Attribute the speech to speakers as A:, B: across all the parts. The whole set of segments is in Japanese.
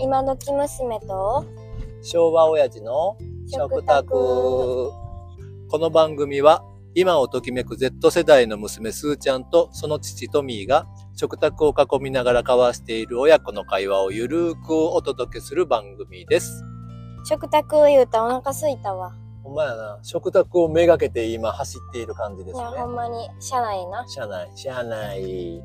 A: 今時娘と
B: 昭和親父の食
A: 食
B: 卓
A: 卓
B: この番組は今をときめく Z 世代の娘すーちゃんとその父トミーが食卓を囲みながら交わしている親子の会話をゆるーくお届けする番組です
A: 食卓を言うとお腹すいたわ。
B: ほんまやな食卓をめがけて今走っている感じで
A: い
B: すね
A: やほんまに車内な。
B: 車内車内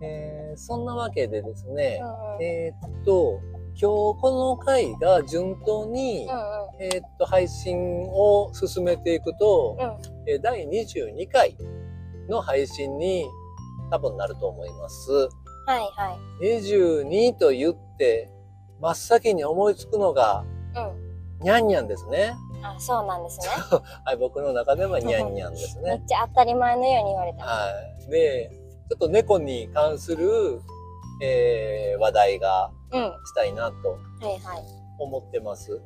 B: えー、そんなわけでですね、
A: うんうん
B: えーっと今日この回が順当に、
A: う
B: えーっと配信を進めていくと、
A: んうんうん。
B: えー第22回の配信に多分なると思います。
A: はいはい。
B: 22と言って真っ先に思いつくのが
A: う
B: ニャンニャンですね。
A: ん。あそうなんですね。
B: はい、僕の中ではニャンニャンです
A: めっ
B: ね。
A: ちゃ当たり前のように言われた。
B: はい。で、ちょっと猫に関する、えー話題が
A: うん。は
B: したいなと
A: いはい。
B: 思ってます。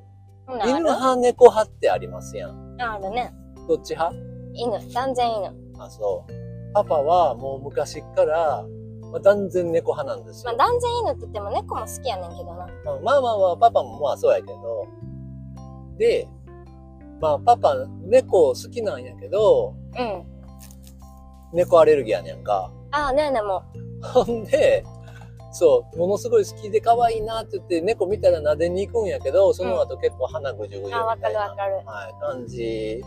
A: ほな
B: 犬
A: あ
B: 派猫派ってありますやん。
A: るあるね。
B: どっち派
A: 犬断然犬。
B: あそうパパはもう昔っから、まあ、断然猫派なんです
A: まあ
B: よ、
A: 断然犬って言っても猫も好きやねんけどな。
B: まあ、まあまあまあパパもまあそうやけどでまあパパ猫好きなんやけど
A: うん。
B: 猫アレルギーやねんか
A: あねえねえも
B: ほんでそうものすごい好きで可愛いなって言って猫見たら撫でに行くんやけどその後結構鼻ぐじゅぐ
A: う。
B: じゅみ
A: あわ
B: た
A: か
B: い
A: るわ
B: な、
A: かる。
B: はい、感じ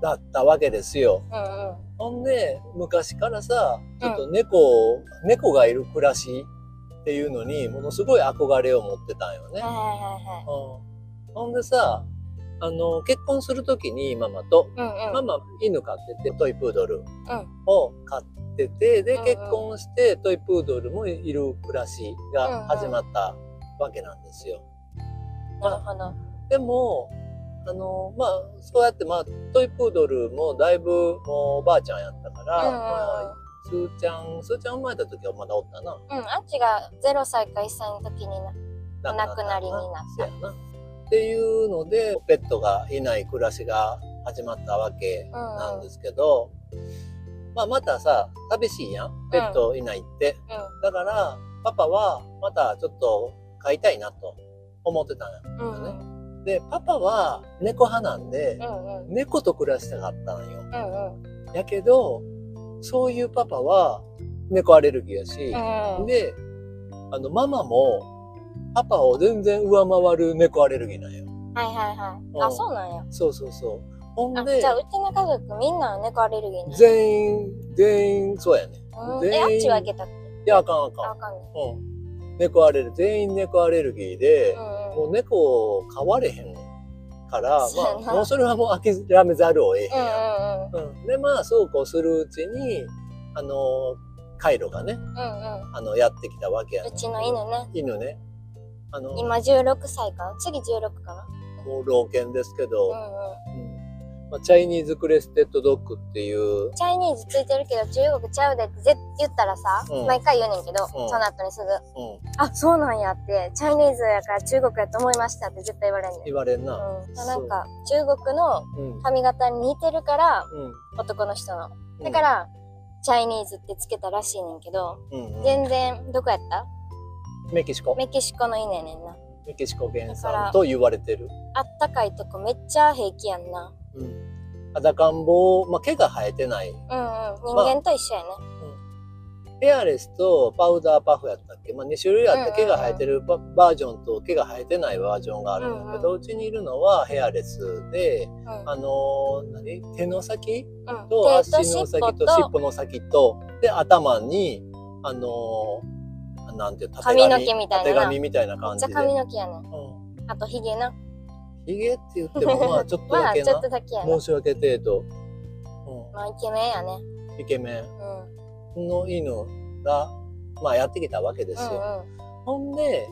B: だったわけですよ
A: うんうん。
B: ほんで、昔からさ、
A: ん
B: ちょっと猫を、猫がいる暮らしっていうのに、ものすごい憧れを持ってたんよね。
A: はいは
B: うん
A: い
B: ほんでさ、あの、結婚するときにママと、
A: はいはい。うんうん。
B: ママ犬飼ってて、トイプードル
A: うん
B: を飼ってて、で
A: うんう、ん
B: 結婚して、トイプードルもいる暮らしが始まったわけなんですよ。
A: なるほど。
B: でも、あのまあ、そうやって、まあ、トイプードルもだいぶもうおばあちゃんやったから、
A: うんうんうん
B: まあ、すーちゃん、すーちゃん生まれた時はまだおったな。
A: うん、あっちが0歳か1歳の時にな。お亡くなりになった
B: そうやな。っていうので、ペットがいない暮らしが始まったわけなんですけど、まあ、またさ、寂しいやん。ペットいないって。だから、パパはまたちょっと飼いたいなと思ってたん
A: う
B: や
A: ん。うん。う
B: よね。
A: ん。
B: で、パパは猫派なんで、
A: うん。うん。
B: 猫と暮らしたかったんよ。
A: うん。
B: やけど、そういうパパは猫アレルギーやし、
A: うん。
B: で、あの、ママもパパを全然上回る猫アレルギーなんよ。
A: はいはいは
B: う
A: い。
B: ん
A: あ、そうなんや。
B: そうそうそう。ほ
A: あ、
B: んで
A: じゃ、あうちの家族みんな猫アレルギーなんや
B: 全員、全員、そうやね。
A: うん。え、あ
B: 全員
A: っちはあげたっけ
B: いや、あかんあ
A: あ、
B: か
A: わ
B: ん。
A: かんない。
B: うん。猫アレル、全員猫アレルギーで、
A: うん
B: も
A: うん。
B: う猫を飼われへんから、
A: そうやな
B: まあ、もうそれはもう諦めざるを得へん
A: う
B: やん。
A: んうん
B: うん、でまあそうこうするうちにあの回路がね
A: うん。うんうん。
B: あのやってきたわけやね
A: うちの犬ね。
B: 犬ねあの
A: 今16歳か。次16かな。
B: もう老犬ですけ
A: う
B: ど、
A: んうん。
B: うんまあ、チャイニーズクレステッドドッグっていう
A: チャイニーズついてるけど中国ちゃうでってぜ言ったらさ、
B: うん
A: 毎回言うねんけど、
B: ん
A: その後にすぐ「
B: うん
A: あそうなんや」って「チャイニーズやから中国やと思いました」って絶対言われんねん
B: 言われんな、
A: うん、
B: そう
A: なんか中国の
B: うんうん
A: 髪型に似てるから男の人のだか、ら、チャイニーズってつけたらしいねんけど
B: うんうん
A: 全然どこやった
B: メキシコ
A: メキシコの犬やねんな
B: メキシコ原
A: だか
B: 産
A: ら
B: と言われてる、
A: あったかいとこめっちゃ平気やんな
B: うん、裸ん坊、まあ、毛が生えてない
A: うんうん人
B: まあ
A: 間と一緒やね、
B: ペアレスとパウダーパフやったっけ、まあ、2種類あって毛が生えてるババージョンと毛が生えてないバージョンがあるんだけど、うちにいるのはヘアレスで、あのー何手の先
A: うん、うん、
B: と
A: 手
B: 足
A: と
B: の
A: 尻尾
B: 先と尻
A: と
B: 尾の先とで頭にあのーなんていうたて
A: 髪の毛みたいな
B: たてがみみたいな
A: めっ
B: 感
A: ち
B: じ
A: ゃ
B: で。
A: 髪の毛やねん
B: うん
A: あとヒゲな
B: ひげって言っても まあちょっと
A: ま
B: だ
A: あ
B: け
A: ちょ
B: な
A: っとだけやな
B: 申し訳程度、
A: まあイケメンやね
B: うん、イケメ
A: う
B: ン
A: ん
B: の犬が、まあ、やってきたわけですよ。
A: うん
B: ほんで、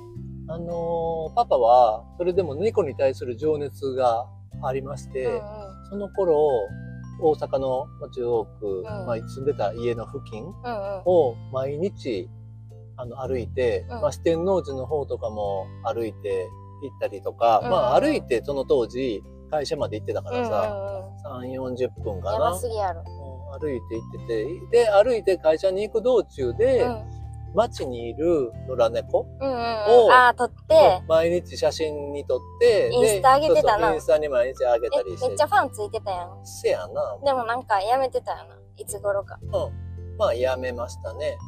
B: あのーパパは、それでも猫に対する情熱がありまして、
A: うんうん
B: その頃、大阪のまあ中央区、
A: ん
B: まあ、住んでた家の付近
A: うんうん
B: を毎日、あの、歩いて、
A: うん
B: まあ、四天王寺の方とかも歩いて行ったりとか、
A: うん
B: まあ、歩いてその当時、会社まで行ってたか
A: うんう
B: ら
A: んう
B: さ、
A: ん
B: 3、40分か
A: や
B: な
A: ばす。ぎやろ
B: うん歩いて行ってて、で、歩いて会社に行く道中で、
A: うん
B: 街にいる野良猫
A: うんうんうん
B: おう
A: ああ、撮って
B: を、毎日写真に撮って、
A: インスタ上げてたな
B: そうそうインスタに毎日上げたりし
A: え、
B: て。
A: めっちゃファンついてたやん。
B: せやな。
A: でもなんかやめてたよな。いつ頃か。
B: うん。まあ、やめましたね。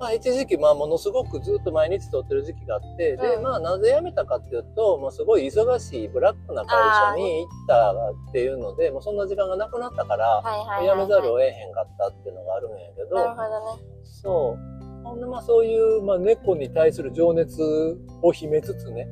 B: まあ、一時期、まあ、ものすごくずっと毎日撮ってる時期があって、で、
A: うん
B: まあ、なぜ辞めたかっていうと、もうすごい忙しいブラックな会社に行ったっていうので、もうそんな時間がなくなったから、
A: はいはいはい、
B: 辞
A: はい。
B: めざるを得へんかったっていうのがあるんやけど、
A: なるほどね。
B: そう。ほんで、まあ、そういう、まあ、猫に対する情熱を秘めつつね。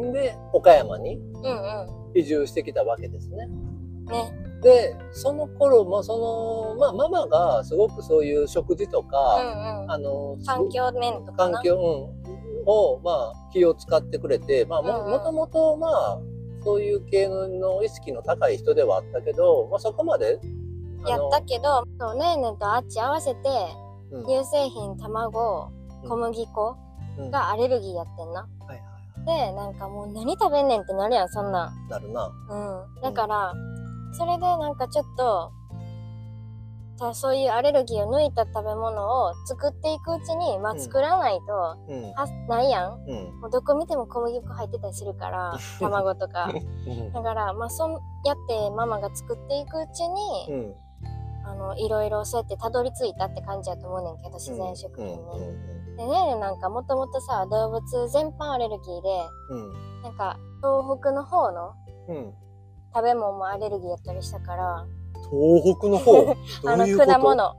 B: んで、岡山に
A: うん
B: 移住してきたわけです
A: う
B: ね。
A: ん。ね。
B: で、その頃、まあ、その、まあ、ママがすごくそういう食事と
A: う
B: か、
A: んうん。
B: あの、すご
A: 環境面とかな。
B: 環境、うんを、まあ、気を使ってくれて、まあ、も,、
A: うんうん
B: ともと、まあ、そういう系の意識の高い人ではあったけど、まあ、そこまで、あの
A: やったけど、そう、ねえねえとあっち合わせて、
B: うん
A: 乳製品、卵、小麦粉
B: うん
A: がアレルギーやってんな。
B: はいはいは
A: で、なんかもう何食べんねんってなるやん、そんなん。
B: いなるな。
A: うん、だから、それでなんかちょっとたそういうアレルギーを抜いた食べ物を作っていくうちに、ま
B: う
A: あ、
B: ん
A: 作らないと、
B: うん。
A: はないやん
B: うん。
A: もうどこ見ても小麦粉入ってたりするから 卵とか
B: うん
A: だから、まあ、そんやってママが作っていくうち
B: う
A: に、
B: ん。
A: あのいろいろそうやってたどり着いたって感じやと思うねんけど自然食品に。でねなんかもともとさ動物全般アレルギーで
B: うんうん
A: なんか東北の方の
B: うんうん
A: 食べ物もアレルギーやったりしたから。
B: 東北の方
A: あ
B: ど
A: の
B: ういうこと
A: 果物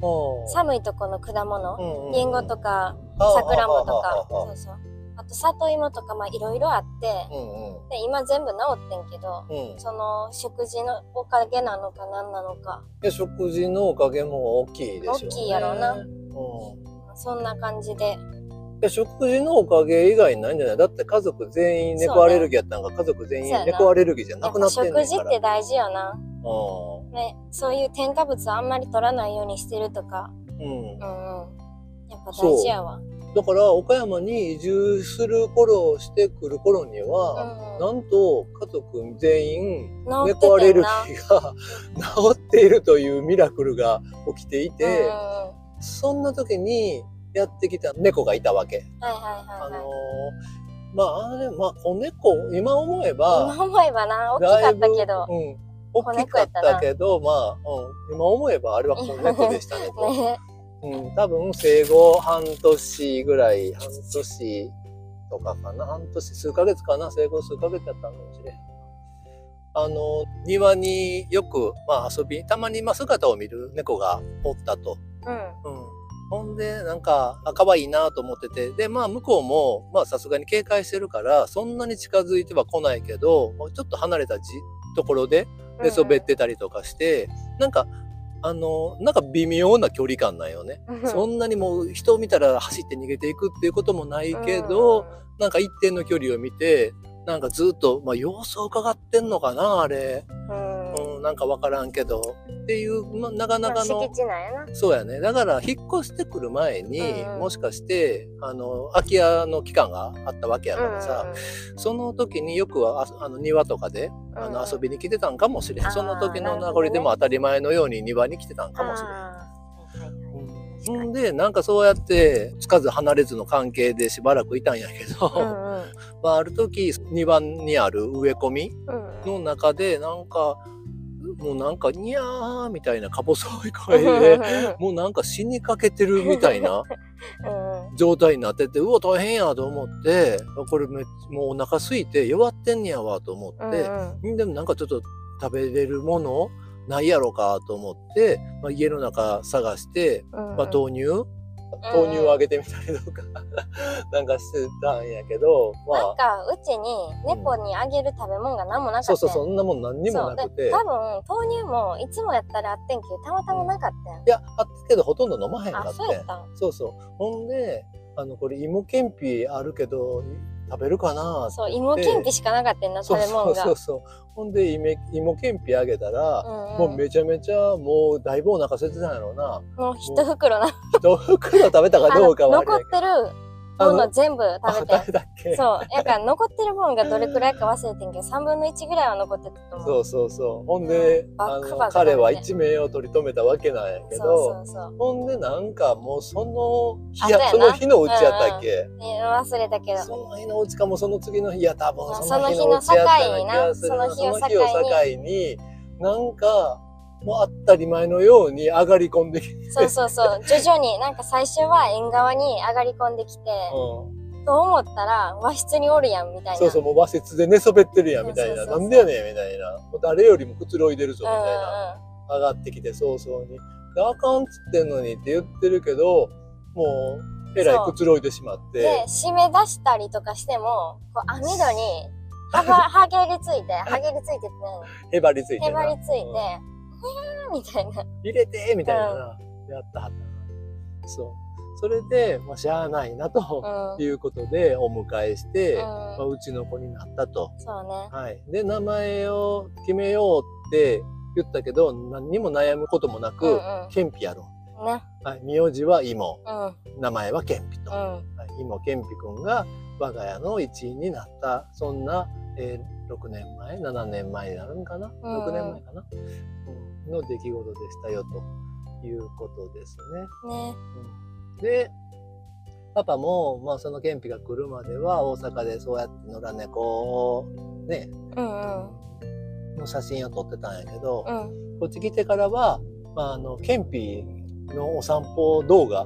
B: 物
A: 寒いとこの果物り、んごとか
B: あ
A: さくらんぼと
B: あ
A: か
B: あああ
A: そうそうあと里芋とかまあいろいろあって
B: うん
A: で今全部治ってんけど
B: うんうん
A: その食事のおかげなのか何なのか
B: で食事のおかげも大きいでしょうね
A: 大きいやろな
B: うん
A: そんな感じで
B: で食事のおかげ以外ないんじゃないだって家族全員
A: そ
B: 猫
A: う
B: ア
A: ね
B: レルギーやったんが家族全
A: そうや
B: 員
A: な
B: 猫アレルギーじゃ
A: や
B: な
A: っ
B: くな
A: ぱ
B: ってんね
A: 食
B: んか
A: 事っ
B: ら
A: て大事よな、
B: う
A: ね、そういう添加物をあんまり取らないようにしてるとか
B: んうん
A: うんうんやっぱ大事やわう
B: だから岡山に移住する頃してくる頃には、
A: ん
B: なんと家族全員
A: うん治って
B: 猫アレ
A: てん
B: ルギ
A: な
B: ーが 治っているというミラクルが起きていて、
A: うんうんうん
B: そんな時にやってきた猫がいたわけ。
A: はいは
B: あ
A: いはい
B: の
A: はい
B: ーまあ、あれ、まあ、子猫、今思えば、
A: 今思えばな大きか
B: だい
A: っ
B: ぶ、
A: た
B: うん
A: けど、
B: 大きかったけど、まあ、うん、今思えばあれは子猫でしたね と。
A: ね
B: うん、多分生後半年ぐらい、半年とかかな、半年、数ヶ月かな、生後数ヶ月だったのかもしれん。あの、庭によく、まあ、遊び、たまに、まあ、姿を見る猫がおったと。
A: うん
B: うん。ほんで、なんか、あ、可愛いなと思ってて、で、まあ、向こうも、まあ、さすがに警戒してるから、そんなに近づいては来ないけど、もうちょっと離れたじところで寝そべっ、てたりとかして、なんか、あの、なんか微妙な距離感なんよね。
A: うんうん、
B: そんなにもう人を見たら走って逃げていくっていうこともないけど、なんか一定の距離を見て、なんかずっと、まあ様子を伺ってんのかな、あれ。
A: うん、うん
B: うん、なんかわからんけど。っていう、まあなかな
A: まあ
B: かの
A: 敷。地なんやな
B: そうやね。だから、引っ越してくる前に、
A: うんうん
B: もしかして、あの、空き家の期間があったわけやからさ、その時によくは、ああの、庭とかで、
A: うん
B: あの、遊びに来てたんかもしれん。
A: あー
B: その時
A: な
B: の名
A: るほど
B: 残
A: ね
B: でも当たり前のように庭に来てたんかもしれん。
A: あーはいはいはい確
B: ほ
A: か
B: ん
A: に
B: で、なんかそうやって、つかず離れずの関係でしばらくいたんやけど、
A: うんうん
B: まあ、ある時、2番にある植え込み
A: うん
B: の中で、なんか、もうなんか、にゃーみたいなか細い声
A: うん
B: で、もうなんか死にかけてるみたい な
A: うん
B: 状態になってて、うわ、大変やと思って、これめっもうお腹空いて弱ってんねやわと思
A: うんう
B: っ
A: ん
B: て、んでもなんかちょっと食べれるものないやろかと思って、まあ、家の中探して、
A: うん
B: まあ、豆乳豆乳をあげてみたりとか なんかしてたんやけどま
A: なん
B: あ
A: かうちに猫にあげる食べ物が何もなかった
B: そ
A: や
B: うんそうそんなもん何にもなくて
A: そうで多分豆乳もいつもやったらあってんけどたまたまなかったやん
B: いやあったけどほとんど飲まへん
A: あ
B: かって
A: そうやったん
B: そうそうほんであのこれ芋けんぴあるけど食べるかな
A: そう芋けんぴしかなかったやんな食
B: そう
A: べ
B: そ
A: 物
B: うそ
A: が
B: うそうほんで芋芋けんぴあげたら、も
A: も
B: うめちゃめちゃもうだいぶお腹空いてたんやろうな
A: もう一袋な
B: 一袋食べたかどうかはあれ
A: 残っ
B: やけど
A: てるもの全部食べて
B: 食べたっけ
A: そう。やから残ってるもんがどれくらいか忘れてんけど、3分の1ぐらいは残ってたと思。
B: そううそうそうほんで、
A: うん
B: あ
A: バック
B: の
A: バック
B: 彼は一命を取り留めたわけなんやけど
A: そうそうそう。
B: ほんでなんかもうその日
A: あ
B: やそ
A: そうやな
B: の日のうちやったっけ、
A: ね忘れたけど。
B: その日のうちかもその次の日や多分
A: まあ
B: その日のうちやったような気がするな
A: そ
B: そ
A: の日を境にな
B: の日を境になんかもう当たり前のように上がり込んできて、
A: そうそうそう。徐々に、なんか最初は縁側に上がり込んできて、
B: うん
A: と思ったら和室におるやんみたいな。
B: そうそうもう和室で寝そべってるやんみたい
A: そ
B: な
A: うそうそうそう
B: なんでやねんみたいなもう誰よりもくつろいでるぞ
A: う
B: み
A: ん
B: たいな。上がってきて早々に。であかんっつってんのにって言ってるけど、もう、えらいくつろいでしまっ
A: うん。で
B: て、、
A: 締め出したりとかしても、こう網 戸に、はば、はげりついて、はげりついてって
B: へばりついて
A: 何へ
B: な
A: ばりついて、
B: う
A: ふ
B: ん
A: やーみたいな。
B: 入れてみたいなな、やったはったな。そう。それで、まあ、しゃあないなと、
A: うん。
B: いうことで、お迎えして、うまあ、
A: うん
B: うちの子になったと。
A: そうね。
B: はい。で、名前を決めようって言ったけど、何にも悩むこともな
A: うんう
B: く、
A: ん。
B: ケンピやろ
A: ね。
B: う。はい。名字は芋、
A: うん。
B: 名前はケンピと。
A: うん。
B: はい今健ピ君が我が家の一員になったそんな、えー6年前7年前になるんかな、
A: うん
B: 6年前かな、うんの出来事でしたよということですね。
A: ね。
B: でパパも、まあ、その健ピが来るまでは大阪でそうやって野良猫をね、
A: うん
B: の写真を撮ってたんやけど、
A: うん。うん。
B: こっち来てからは、まあ、あの健ピのお散歩動画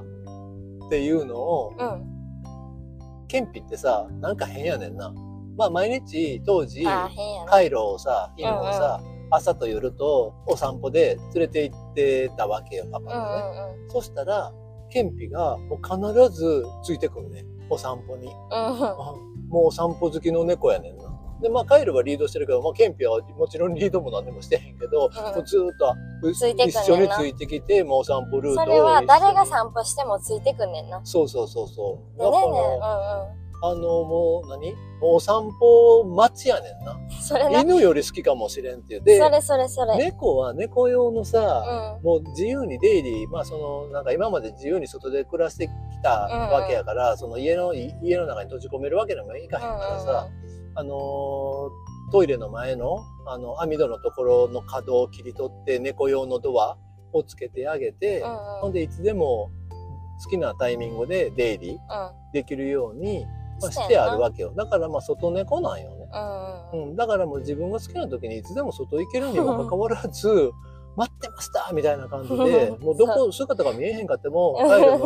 B: っていうのを
A: うん。
B: ケンピってさ、なんか変やねんな。まあ毎日当時、
A: ああ、変やな。
B: カイロをさ、犬をさ、朝と夜とお散歩で連れて行ってたわけよ、パパがね。
A: うんうんうん。
B: そしたら、ケンピがもう必ずついてくんね。お散歩
A: う
B: に。
A: んうん。
B: あもうお散歩好きの猫やねんな。で、まあカイロはリードしてるけど、まあケンピはもちろんリードも何でもしてへんけど、
A: うん
B: もうずーっとう
A: ついてくんねんな
B: 一緒についてきて、もうお散歩ルートを
A: それは誰が
B: 一緒に
A: 散歩してもついてくんねんな。
B: そうそうそうそう。
A: でねえねえ、
B: だ
A: う
B: か
A: ん
B: ら
A: う。
B: あのもう何もうお散歩待ちやねんなん
A: それな。
B: 犬より好きかもしれんって言っ
A: そ
B: て
A: れそれそれ。
B: 猫は猫用の
A: うん。
B: さ、
A: う
B: もう自由に出入りまあそのなんか今まで自由に外で暮らしてきたわけやから、その家のい家の中に閉じ込めるわけでもいかへんからさ、
A: ん
B: あのートイレの前のあの網戸のところの角を切り取って猫用のドアをつけてあげて、
A: うん。
B: ほ
A: うんん。
B: でいつでも好きなタイミングで出入りできるように、まあ、
A: そうやな
B: してあるわけよだからまあ外猫なんよね、
A: うん。う。
B: うんん、だからもう自分が好きな時にいつでも外行けるにもかかわらず 待ってましたみたいな 感じでもうどこ姿が見えへんかっても
A: そう
B: 帰る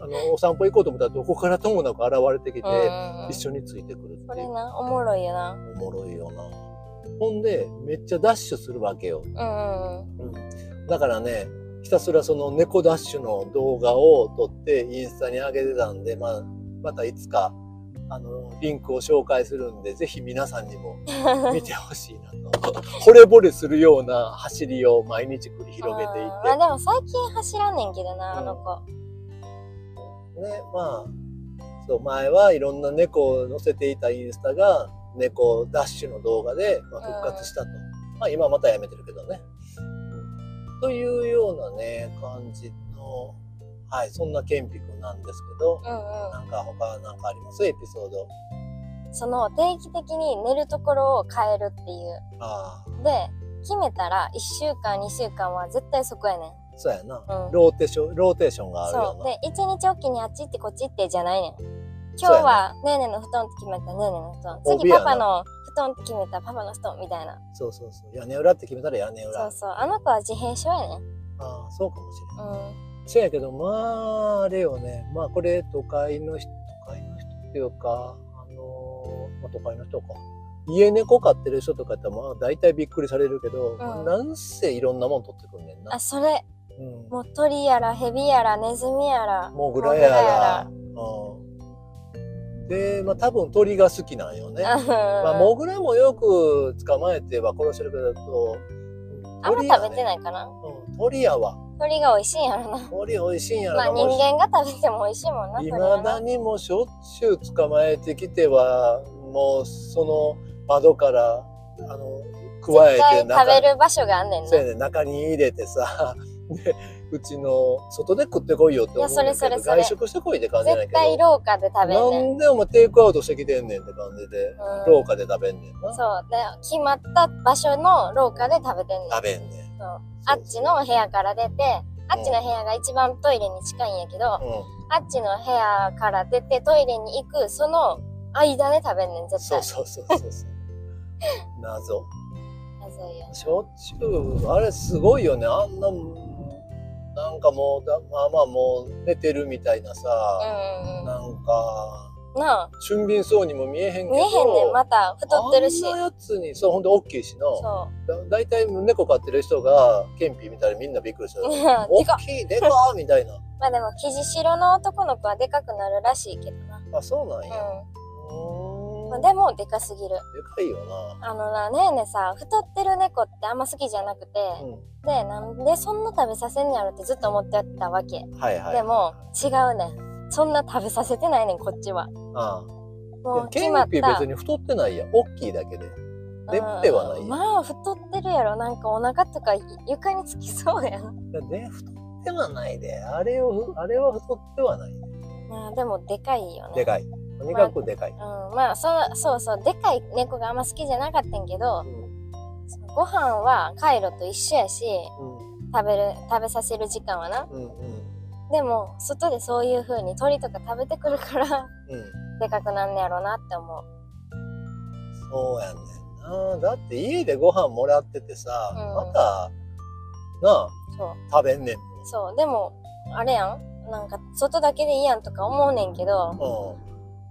B: のあのお散歩行こうと思ったらどこからともなく現れてきて、
A: うん。
B: 一
A: 緒。
B: 緒についてくる
A: そ
B: ってい
A: れ
B: う
A: な、おもろいよな。
B: おもろいよなほんでめっちゃダッシュするわけよ、
A: うん うん。
B: うん、だからねひたすらその猫ダッシュの動画を撮ってインスタに上げてたんで、まあ、またいつかあのリンクを紹介するんでぜひ皆さんにも見てほしいなと惚れ惚れするような走りを毎日繰り広げてい
A: うんまあでも最近走らんねんけど
B: うん
A: な、あの子。
B: て、ね、まあそう前はいろんな猫を載せていたインスタが猫ダッシュの動画で、まあ、
A: うん
B: 復活したと、まあ、今またやめてるけどね、うんというようなね感じの、はい、そんなケンピ君なんですけど、
A: うんうん。
B: なんか他なんかありますエピソード
A: その定期的に寝るところを変えるっていう。
B: ああ
A: で、決めたら1週間2週間は絶対そこやねん。
B: そうやな、
A: うん
B: ローテーションローテーションがあるよ
A: そう
B: な
A: で一日おきにあっち行ってこっち行ってじゃないねん
B: そ
A: 今
B: うやな
A: 日はねーねーの布団って決めたらねーねーの布団
B: 帯
A: 次
B: や
A: パパ
B: な
A: の布団って決めたらパパの布団みたいな
B: そうそうそう屋根裏って決めたら屋根裏
A: そうそうあの子は自閉症やね
B: ああそうかもしれない、
A: ん
B: せやけどまああれよねまあこれ都会の人都会の人っていうかあのーまあ、都会の人か家猫飼ってる人とかやってまあ大体びっくりされるけど、まあなんせいろんなもん取ってくんねん
A: あ
B: な、
A: それ
B: うん、
A: もう鳥やらヘビやらネズミやら
B: モグラやら
A: モ
B: うん、でまあ多分鳥が好きなんよね
A: グラやら
B: まあ、
A: うん
B: モグラもよく捕まえては殺してるけど
A: あんま
B: 鳥やね
A: 食べてないかな
B: うん、鳥やわ
A: 鳥が美味しいんやろな
B: 鳥美味しいんやろ
A: まあ
B: な
A: 人間が食べても美味しいもんな鳥
B: い
A: は
B: ま
A: な
B: だにもしょっちゅう捕まえてきてはもうその窓からあの加え
A: 絶対
B: て中
A: 食べる場所があんねん
B: そう
A: な
B: やね中に入れてさ でうちの外で食ってこいよって思うんだけど
A: いやそれそれそれ
B: 外食してこいって感じだけ
A: 絶
B: ど
A: 対廊下で食べんね
B: なんでお前テイクアウトしてきてんねんって感じで、
A: うん
B: 廊下で食べんねんな
A: そうで決まった場所の廊下で食べてんねん
B: 食べんねん
A: そうあっちの部屋から出てあっちの部屋が一番トイレに近いんやけど、
B: うん
A: あっちの部屋から出てトイレに行くその間で食べんねん絶
B: そ
A: 対
B: うそうそうそうそう 謎
A: まずいよね
B: しょっちゅうあれすごいよねあんななんかもうだまあまあもう寝てるみたいなさ、
A: うんうん
B: なん
A: う
B: か
A: んなあ
B: 俊敏そうにも見えへんけど
A: 見えへんねんまた太ってるし
B: あんなやつにそうほんと大きいしな
A: そ
B: だ大体猫飼ってる人がケンピーみたいにみんなびっくりする
A: うて
B: 大
A: か
B: きいでか みたいな
A: まあでも生地白の男の子はでかくなるらしいけどな
B: あそうなんや、
A: う
B: うーん
A: ん、まあ、でもでかすぎる
B: でかいよな
A: あのなねえねえさ太ってる猫ってあんま好きじゃなくて、
B: う
A: でなんでそんな食べさせんのやろってずっと思ってたわけ、
B: んはいはい
A: でも違うねんそんな食べさせてないねんこっちは
B: ああ
A: もう
B: ケ
A: 決
B: ン
A: まっ
B: ピー
A: た
B: 別に太ってないやん大きいだけでで
A: うん
B: ではないやん
A: まあ太ってるやろなんかお腹とか床につきそうやん
B: いやね太ってはないであれをあれは太ってはないね
A: まあでもでかいよね
B: でかいとにかくでかい、
A: うん、まあそうそうそうでかい猫があんま好きじゃなかったんけど
B: うん
A: そのご飯はカイロと一緒やし
B: うん
A: 食べる食べさせる時間はな
B: うんうん
A: でも外でそういう風に鳥とか食べてくるから
B: うん
A: でかくなんねやろなって思う
B: そうやねんなだって家でご飯もらっててさ、
A: うん
B: またなあ
A: そう
B: 食べんねん
A: そうでもあれやんなんか外だけでいいやんとか思うねんけど、
B: う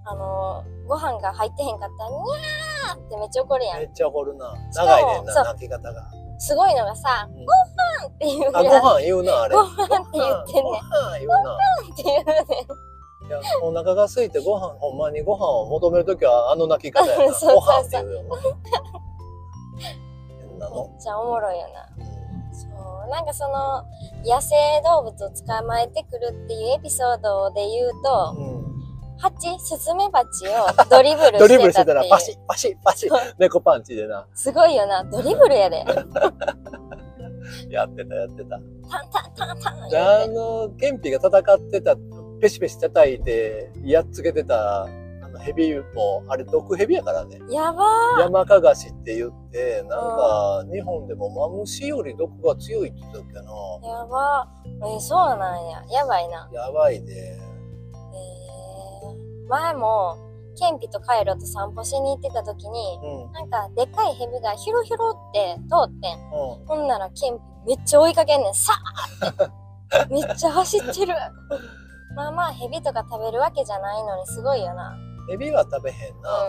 A: あのーご飯が入ってへんかったらにゃーってめっちゃ怒るや
B: ん、め
A: ん
B: っちゃ怒るな
A: しかも
B: 長いねん
A: そ
B: な
A: う
B: 泣き方が、
A: すごいのがさ
B: う
A: 「
B: ん
A: っていうやん
B: あご飯言うなあれ
A: ご飯 って言ってんねん
B: ご飯言うな
A: っていう ね
B: いやお腹が空いてご飯ほんまにご飯を求めるときはあの泣き方やな
A: そう そうそう
B: ご飯って言うよな変なの
A: めっちゃおもろいよなそうなんかその野生動物を捕まえてくるっていうエピソードで言うと
B: うん
A: ハチスズメバチをドリブル
B: ドリブル
A: し
B: し
A: て
B: てた
A: たっ
B: ら
A: ていう
B: パシッパシッパシッ
A: そう
B: 猫パンチでな
A: すごいよなドリブルや で
B: やってたやってた
A: タンタンタンタン
B: であのケンピが戦ってたペシペシ叩いてやっつけてたあのヘビもあれ毒ヘビやからね
A: やばー
B: 山かがしって言ってなんか日本でもマムシより毒が強いって言ってたっけな
A: やばーえそうなんややばいな
B: やばいで
A: えー前もケンピとカイロと散歩しに行ってた時に
B: うんうん
A: なんかでかいヘビがヒロヒロって通ってんほんならケンピめっちゃ追いかけんねんさーってめっちゃ走ってるまあまあヘビとか食べるわけじゃないのにすごいよな
B: ヘビは食べへんな、
A: う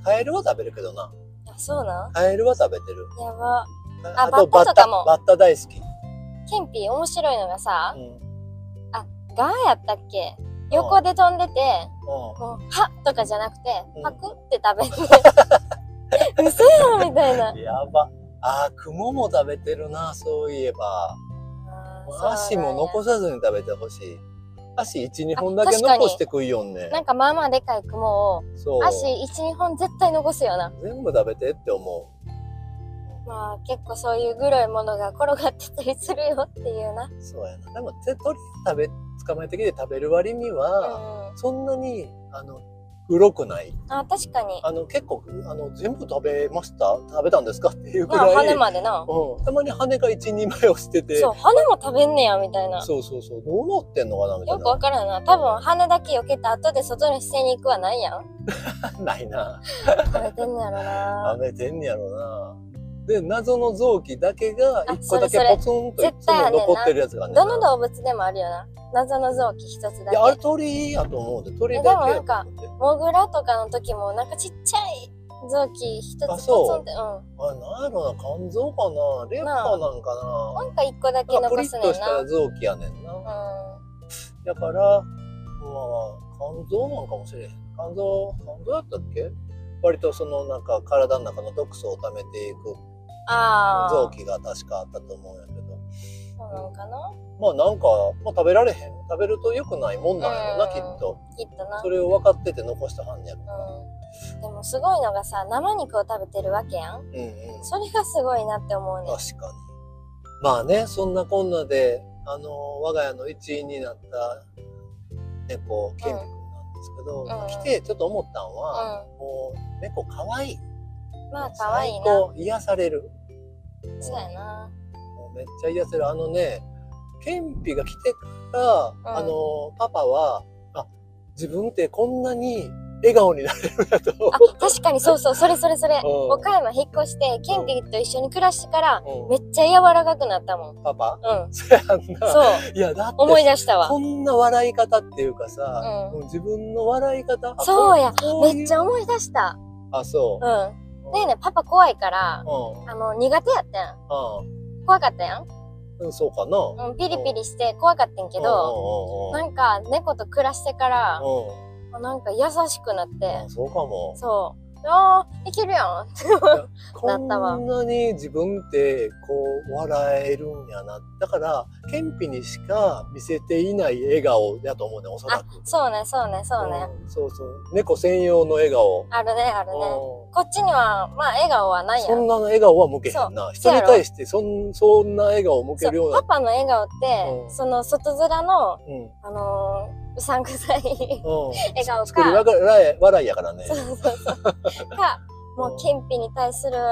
A: ん
B: カエルは食べるけどな
A: あそうなん
B: カエルは食べてる
A: やば
B: あ
A: あ
B: とバ
A: バッタとか
B: ッタ
A: も
B: バッタ大好き、
A: ケンピ面白いのがさ
B: うんうん、
A: ガーやったっけ横で飛んでてもうハッとかじゃなくて
B: うん
A: パクって食べんねん嘘やろみたいな
B: やばあークモも食べてるなそういえばもう足も残さずに食べてほしい足12本だけ
A: 確かに
B: 残して食いよんねん
A: なんかまあまあでかい雲を
B: そう
A: 足12本絶対残すよな
B: 全部食べてって思
A: まあ結構そういうグロいものが転がってたりするよっていうな
B: うそうやなでも手取り食べ捕まえてきて食べる割には、
A: うん
B: そんなにあの黒くない
A: あ確かに
B: あの結構あの全部食べました食べたんですかっていうぐ
A: ま
B: らい、
A: あ羽までな
B: うん、たまに羽が12枚を捨てて
A: そう羽も食べんねやみたいな
B: そうそうそうどうなってんのかなみたい
A: よく
B: な
A: わからんな多分羽だけ避けた後で外に捨てに行くはないやん
B: ないな
A: 食べてんのやろな
B: 雨てんねやろなで謎の臓器だけが
A: あ
B: 一個だけ
A: それそれ
B: ポツンとい
A: 絶
B: つも
A: 対
B: 残ってるやつがあんね
A: ど
B: んな
A: の動物でもあるよな謎の臓器一つだ
B: いやあれ
A: け
B: 鳥やと思うで
A: え
B: 鳥だけ
A: でも
B: や
A: なんか
B: と思うで
A: モグラとかの時もなんかちっちゃい臓器一つ
B: あ
A: ポ
B: そう
A: ツンってう
B: あれなんやろな肝臓かなレバーなんか
A: んな
B: なん
A: か一個だけ
B: なん
A: 残
B: かプリ
A: す
B: ッ
A: ね
B: と
A: ん
B: した
A: な
B: 臓器やねん
A: う
B: な、
A: ん
B: だからまあ肝臓なんかもしれへん肝臓肝臓やったっけ割とそのなんか体の中の毒素を溜めていく
A: ああ。
B: 臓器が確かあったと思うんやけど
A: そうなんかな
B: まあなんか、まあ、食べられへん食べると良くないもんなんやろな、
A: うん
B: きっと
A: きっとな。
B: それを分かってて残したはんねやろな、
A: うん。でもすごいのがさ、生肉を食べてるわけやん。
B: うんうん
A: それがすごいなって思うね。
B: 確かにまあねそんなこんなであの我が家の一員になった猫ケンピ君なんですけど、
A: ん
B: まあ来てちょっと思ったんは、
A: う
B: もう猫可愛い
A: ん。まあ、可愛いな。
B: 最高癒される
A: そうやな。
B: もうめっちゃ癒せるあのねケンピが来てから、
A: ん
B: あのパパはあ自分ってこんなに笑顔になれるんだと
A: あ、確かにそうそう、それそれそれ。
B: 思
A: 岡山引っ越して、ケンピーと一緒に暮らしてから、
B: うん
A: めっちゃ柔らかくなったもん。うん。
B: パ パ
A: そ
B: そやんな
A: う、
B: いやだって
A: 思い出したわ
B: こ。んな笑い方っていうかさ、
A: うん
B: もう自分の笑い方あ
A: そうや
B: こういう
A: めっちゃ思い出した。
B: あそうう、
A: ん。でね、パパ怖いから、
B: うん
A: あの、苦手やったやん。
B: う
A: 怖かったやん。
B: ん、うん、そうかな。
A: うん、ピリピリして怖かったんけど、
B: ど
A: なんか猫と暮らしてから、
B: う
A: なんか優しくなっ
B: ん、あ
A: て、
B: そうかも。
A: そう。あー、いけるやん。
B: こん
A: なったわ
B: なに自分ってこう笑えるんやな。だから、ケンピにしか見せていない笑顔だと思うね、おそら
A: あ
B: く。、
A: そうね、そうね、そうね。
B: うんそうそう。猫専用の笑顔。
A: あるね、あるね。
B: う
A: こっちには、まあ、笑顔はなんいや
B: そんなの笑顔は向けへんな。
A: そ
B: 人
A: う
B: に対してそんそんな笑顔を向けるよ
A: そうう
B: な
A: パ。パの笑顔って、
B: うん
A: その外面の、
B: うん。うん。
A: あのーうさんくさい笑顔
B: 作り
A: か、
B: 笑い笑いやからね。
A: そうそうそう。か、もう、ケンピに対する、もう、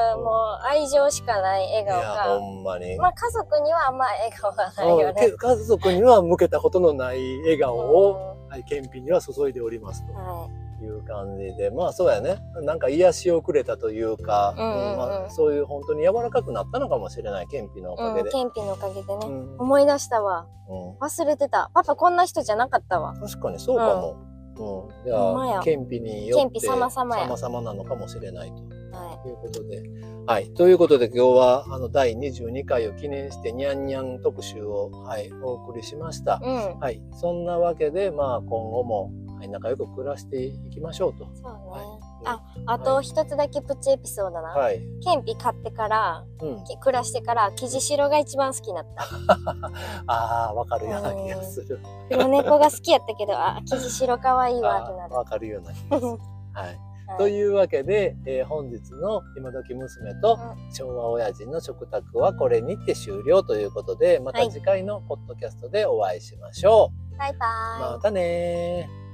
A: 愛情しかない笑
B: いや、
A: 顔か。
B: ほんまに。
A: まあ、家族にはあんま笑顔はない
B: うん
A: よね
B: け。家族には向けたことのない笑顔を
A: う
B: はい、検品には注いでおります
A: んはい
B: という感じで、まあそうやね。なんか癒しをくれたというか、
A: うんうんうん
B: まあ、そういう本当に柔らかくなったのかもしれない、検品のおか
A: う
B: げ
A: ん、
B: で。
A: ケンピのおかげで
B: う
A: ね。
B: ん
A: 思い出したわ。
B: うん
A: 忘れてた。パパこんな人じゃなかったわ。
B: 確かにそうかも。うん、じ
A: ほんま
B: ゃ
A: や
B: あ、検品によっ
A: 検
B: て
A: 品様々や
B: 様々なのかもしれないと
A: は
B: いうことで。はい。ということで今日は、あの、第22回を記念して、にゃんにゃん特集を、はい、お送りしました。
A: い。うん。
B: はい。そんなわけで、まあ今後も、はい、仲良く暮らしていきましょうと。
A: そうね。
B: は
A: あ、あと一つだけプチエピソードな。
B: はい。
A: ケンピ買ってから、
B: うん。
A: き暮らしてから、キジシロが一番好きになった。
B: ああ、わかるような気がする。
A: 黒猫が好きやったけど、あ、キジシロ可愛いわってな
B: あーわかるような気 がする
A: る。。
B: はい。
A: はい
B: というわけで、えー本日の今時娘と
A: う
B: 昭和親父の食卓はこれにて終了ということで、ま
A: は
B: た
A: い
B: 次回のポッドキャストでお会いしましょ
A: バイ
B: う。
A: バイ。
B: またねー